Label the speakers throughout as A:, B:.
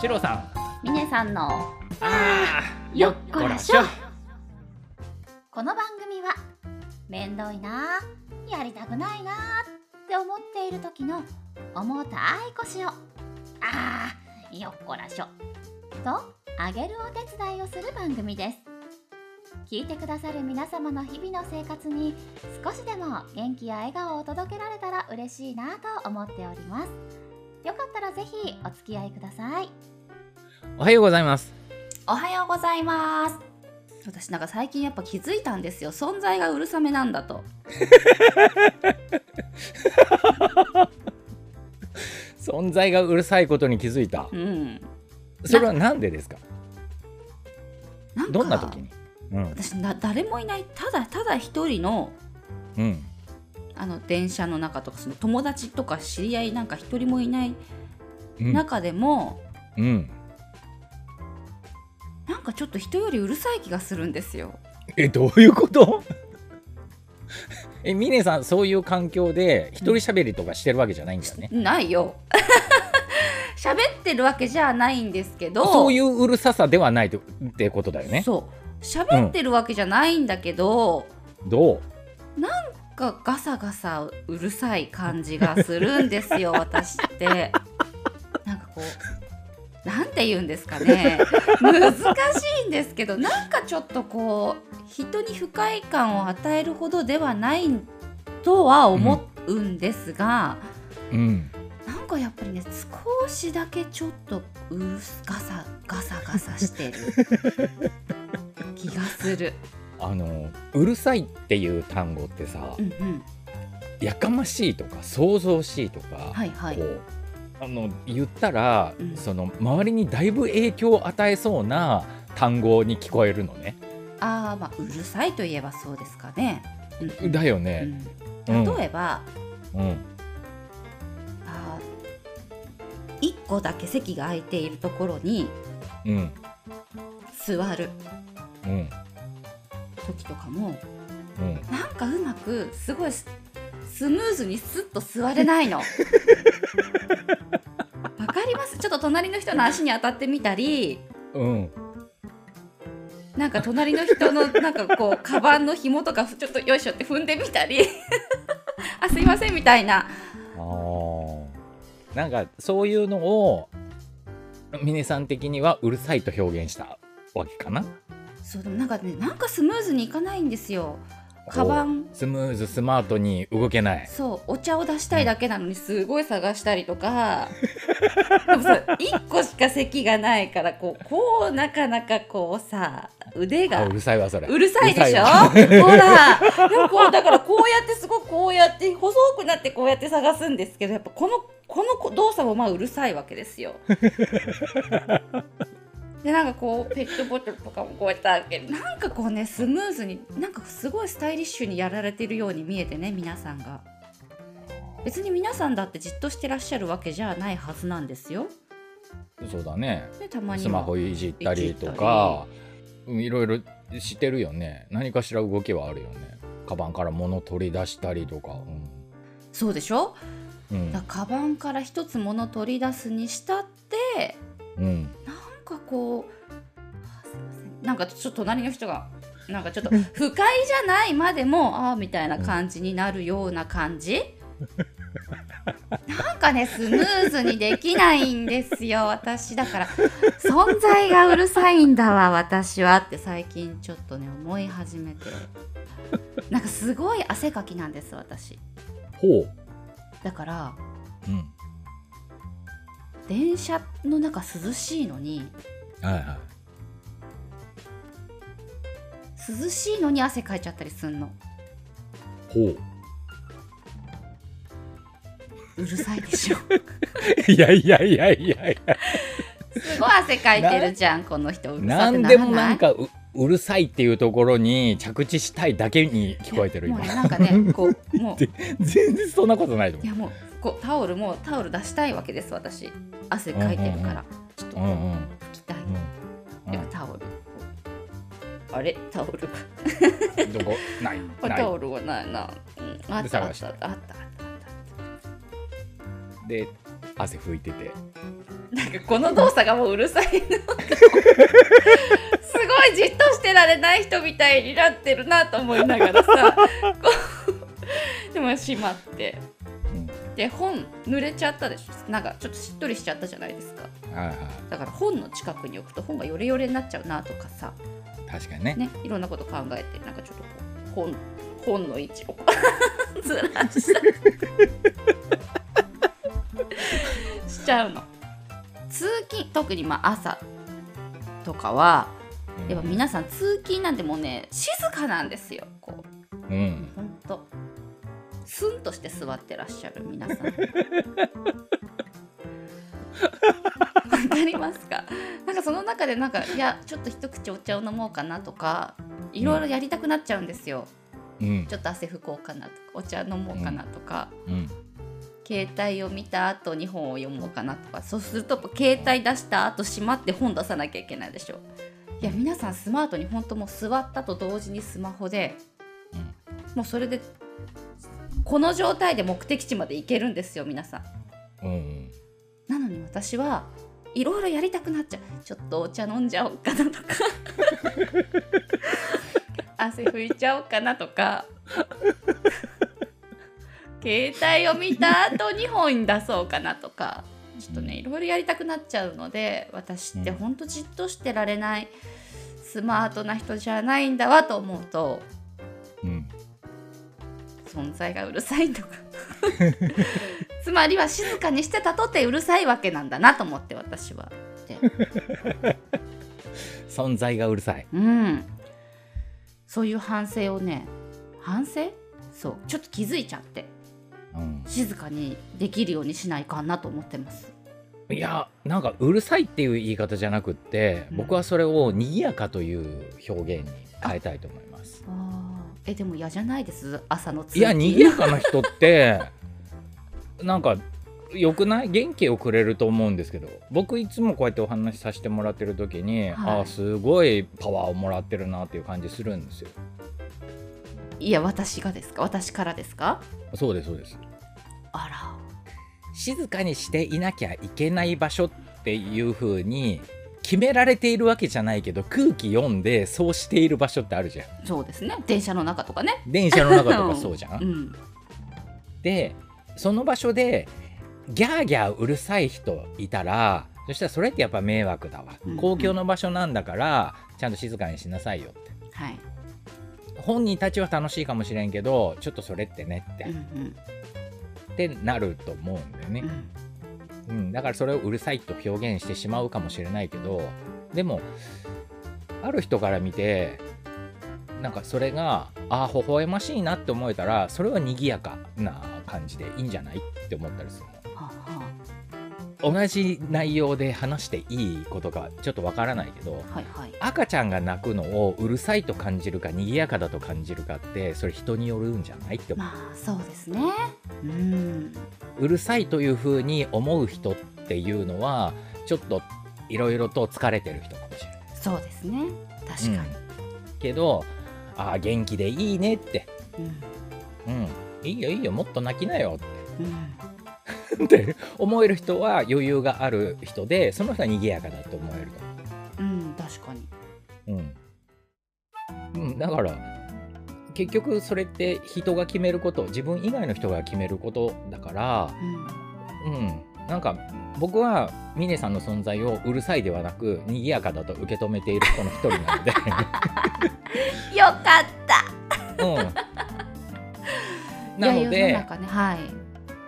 A: シロさん
B: ミネさんの
A: あー
B: よっこらしょこの番組は面倒いなあやりたくないなあって思っている時の重たい腰をあーよっこらしょとあげるお手伝いをする番組です聞いてくださる皆様の日々の生活に少しでも元気や笑顔を届けられたら嬉しいなと思っておりますよかったらぜひお付き合いください
A: おはようございます
B: おはようございます私なんか最近やっぱ気づいたんですよ存在がうるさめなんだと
A: 存在がうるさいことに気づいた
B: うん
A: それはなんでですか
B: なんか
A: どんな時にうん
B: 私な誰もいないただただ一人の
A: うん
B: あの電車の中とかその友達とか知り合いなんか一人もいない
A: うん
B: 中でも、
A: うん
B: なんかちょっと人よりうるさい気がするんですよ
A: えどういうこと えミネさんそういう環境で一人喋りとかしてるわけじゃないんだよね、
B: ないよ 喋ってるわけじゃないんですけど
A: そういううるささではないとってことだよね
B: そう喋ってるわけじゃないんだけど、
A: どう
B: なんかガサガサうるさい感じがするんですよ私ってなんかこうなんて言うんですかね難しいんですけどなんかちょっとこう人に不快感を与えるほどではないとは思うんですが、
A: うん
B: なんかやっぱりね少しだけちょっとうるすガサガサガサしてる気がする。
A: あのうるさいっていう単語ってさ、
B: うんうん、
A: やかましいとか想像しいとか、
B: はいはい
A: こ。うあの言ったら、
B: うん
A: その周りにだいぶ影響を与えそうな単語に聞こえるのね。
B: ああまあうるさいといえばそうですかね。うん
A: だよ
B: う
A: ね。
B: ん
A: うん
B: 例えば、
A: うん
B: あー一個だけ席が空いているところに
A: うん
B: 座る
A: うん
B: 時とかも
A: うん。
B: なんかうまくすごいススムーズにスッと座 れないの。わかりますちょっと隣の人の足に当たってみたり
A: うん、
B: なんか隣の人のなんかこうカバンの紐とかちょっとよいしょって踏んでみたり あすいませんみたいな
A: あーなんかそういうのを峰さん的にはうるさいと表現したわけかな。
B: そうでもなんかねなんかスムーズにいかないんですよカバン
A: スムーズスマートに動けない。
B: そうお茶を出したいだけなのにすごい探したりとかでもさ1個しか席がないからこうこうなかなかこうさ腕
A: あ
B: が
A: うるさいわそれ。
B: うるさいでしょ
A: う
B: ほらでもこうだからこうやってすごくこうやって細くなってこうやって探すんですけどやっぱこのこの動作もまあうるさいわけで すよ。でなんかこうペットボトルとかもこうやって開けるなんかこうねスムーズになんかすごいスタイリッシュにやられてるように見えてね皆さんが別に皆さんだってじっとしてらっしゃるわけじゃないはずなんですよ。
A: そうだね。
B: でたまに
A: ス
B: は
A: マホいじったりとかうんいろいろしてるよね何かしら動きはあるよねカバンから物取り出したりとか
B: そうでしょ
A: うんうん
B: だからカバンから一つ物取り出すにしたって
A: うん
B: なんかこうあすいませんなんかちょっと隣の人がなんかちょっと不快じゃないまでもああみたいな感じになるような感じなんかねスムーズにできないんですよ私だから存在がうるさいんだわ私はって最近ちょっとね思い始めてなんかすごい汗かきなんです私
A: ほう、
B: だから
A: うん、
B: 電車の中涼しいのに
A: はいはい
B: 涼しいのに汗かいちゃったりすんの
A: ほう
B: うるさいでしょ
A: いやいやいやいやいや
B: すごい汗かいてるじゃんこの人うるさく
A: 何
B: な
A: で
B: ら
A: も
B: な
A: なん
B: い
A: かううるさいっていうところに着地したいだけに聞こえてる
B: もう
A: 今
B: ねなんかねこうもう
A: 全然そんなことないと
B: い
A: 思
B: やもうこうタオルもうタオル出したいわけです私汗かいてるから、ちょっと
A: ううん
B: こ
A: うん
B: う拭きたい、
A: うん
B: でタオルこうあれタオル
A: うんどこない
B: これ
A: ない
B: タオルはないな、うん、あったあったあったあったあった
A: で汗拭いてて
B: なんかこの動作がもううるさいなすごいじっとしてられない人みたいになってるなと思いながらさ こうでもしまってで本濡れちゃったでしょなんかちょっとしっとりしちゃったじゃないですか
A: はいは
B: だから本の近くに置くと本がヨレヨレになっちゃうなとかさ
A: い確かにね
B: ねいろんなこと考えてなんかちょっとこう本本の位置を ずらしたしちゃうの通勤特にまあ朝とかはやっぱ皆さん通勤なんてもうね静かなんですよこう
A: うん
B: ほんとスンとして座ってらっしゃる皆さんわかりますかなんかその中でなんかいやちょっと一口お茶を飲もうかなとかいろいろやりたくなっちゃうんです
A: うん
B: よ、ちょっと汗拭こうかなとかお茶飲もうかなとか、
A: うん
B: 携帯を見た後に本を読もうかなとかそうするとやっぱ携帯出した後閉まって本出さなきゃいけないでしょいや皆さんスマートに本当もう座ったと同時にスマホで
A: うん
B: もうそれでこの状態で目的地まで行けるんですよ皆さん
A: うん
B: なのに私はいろいろやりたくなっちゃうちょっとお茶飲んじゃおうかなとか 汗拭いちゃおうかなとか 携帯を見た後に本出そうかなとかちょっとねいろいろやりたくなっちゃうので私ってほんとじっとしてられないスマートな人じゃないんだわと思うと
A: うん
B: 存在がうるさいとか つまりは静かにしてたとてうるさいわけなんだなと思って私は。で
A: 存在がうるさい
B: うんそういう反省をね反省そうちょっと気づいちゃって
A: うん
B: 静かにできるようにしないかなと思ってます。
A: いやなんかうるさいっていう言い方じゃなくって
B: うん
A: 僕はそれを賑やかという表現に変えたいと思います
B: あーえでも嫌じゃないです朝の通
A: いや
B: に
A: 賑やかな人って なんか良くない元気をくれると思うんですけど僕いつもこうやってお話しさせてもらってる時に、
B: はい
A: ああすごいパワーをもらってるなっていう感じするんですよ
B: いや私がですか私からですか
A: そうですそうです
B: あ
A: 静かにしていなきゃいけない場所っていう風に決められているわけじゃないけど空気読んでそうしている場所ってあるじゃん
B: らそうですね電車の中とかね。
A: 電車の中とかそうじゃ
B: うんん、
A: でその場所でギャーギャーうるさい人いたらそしたらそれってやっぱ迷惑だわ、
B: うんうん
A: 公共の場所なんだからちゃんと静かにしなさいよって
B: はい、
A: 本人たちは楽しいかもしれんけどちょっとそれってねって、
B: うん
A: ってなると思うんだよね
B: うんう、ん
A: うん、だからそれをうるさいと表現してしまうかもしれないけどでもある人から見てなんかそれがああ微笑ましいなって思えたらそれは賑やかな感じでいいんじゃないって思ったりするの。
B: はあは
A: 同じ内容で話していいことかちょっとわからないけど
B: あはいはい
A: 赤ちゃんが泣くのをうるさいと感じるか賑やかだと感じるかってそれ人によるんじゃないって思う
B: まあそうですね。うん。
A: うるさいというふうに思う人っていうのはちょっといろいろと疲れてる人かもしれない
B: そうですね。確か
A: うんけどああ元気でいいねって
B: に。
A: うんいいよいいよもっと泣きなよって
B: うん。
A: って思える人は余裕がある人でその人は賑やかだと思えると思う
B: うん。うん、確かに。
A: うん、うん、だから結局それって人が決めること自分以外の人が決めることだから、
B: うん。
A: うん、なんか僕はミネさんの存在をうるさいではなく賑やかだと受け止めている人の一人な ので、
B: よかった。
A: うん、なの
B: いや世
A: で
B: の中ね、はい。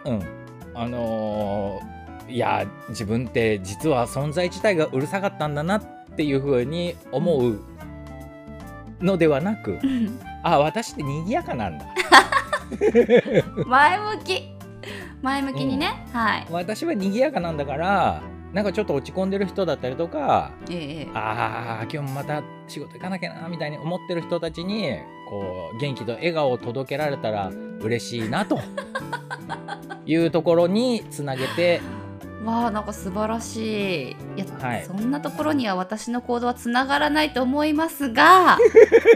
A: うん、あのーいや自分って実は存在自体がうるさかったんだなっていうふうに思うのではなく、あ私って賑やかなんだ
B: 前向き。前向きにね。はい。
A: 私は賑やかなんだからなんかちょっと落ち込んでる人だったりとか
B: ええええ。
A: あー今日もまた仕事行かなきゃなみたいに思ってる人たちにこう元気と笑顔を届けられたら嬉しいな というところにつなげて
B: わあ、なんか素晴らしい。いや、
A: はい
B: そんなところには私の行動はつながらないと思いますが。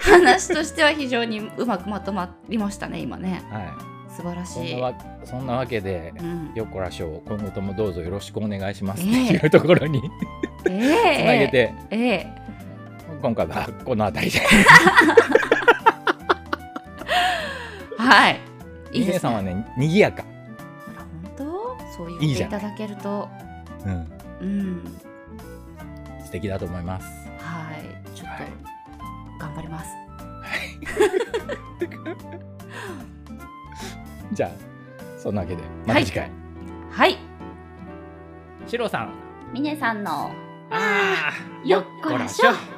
B: 話としては非常にうまくまとまりましたね、今ね。
A: は
B: 素晴らし
A: そん
B: い
A: な。わそんなわけで、
B: うん、
A: よっこらしょう今後ともどうぞよろしくお願いしますっ
B: え
A: て
B: え
A: いうところにつ
B: え
A: なげ
B: え
A: て、
B: ええ
A: 今回はこの辺りで
B: はい。いいで
A: 峰
B: す
A: さんは
B: ね。
A: ねにぎやか、
B: あら本当そう言
A: いい
B: っ
A: じ
B: て
A: ゃ
B: い
A: ない
B: ただけると、
A: うん、
B: うん、
A: 素敵だと思います
B: はい、ちょっ
A: はい
B: と頑張ります。
A: じゃあそんなわけでまた次回、
B: はい、
A: シロさん
C: ミネさんの
A: あー
C: よっこらしょ
A: よっこらしょ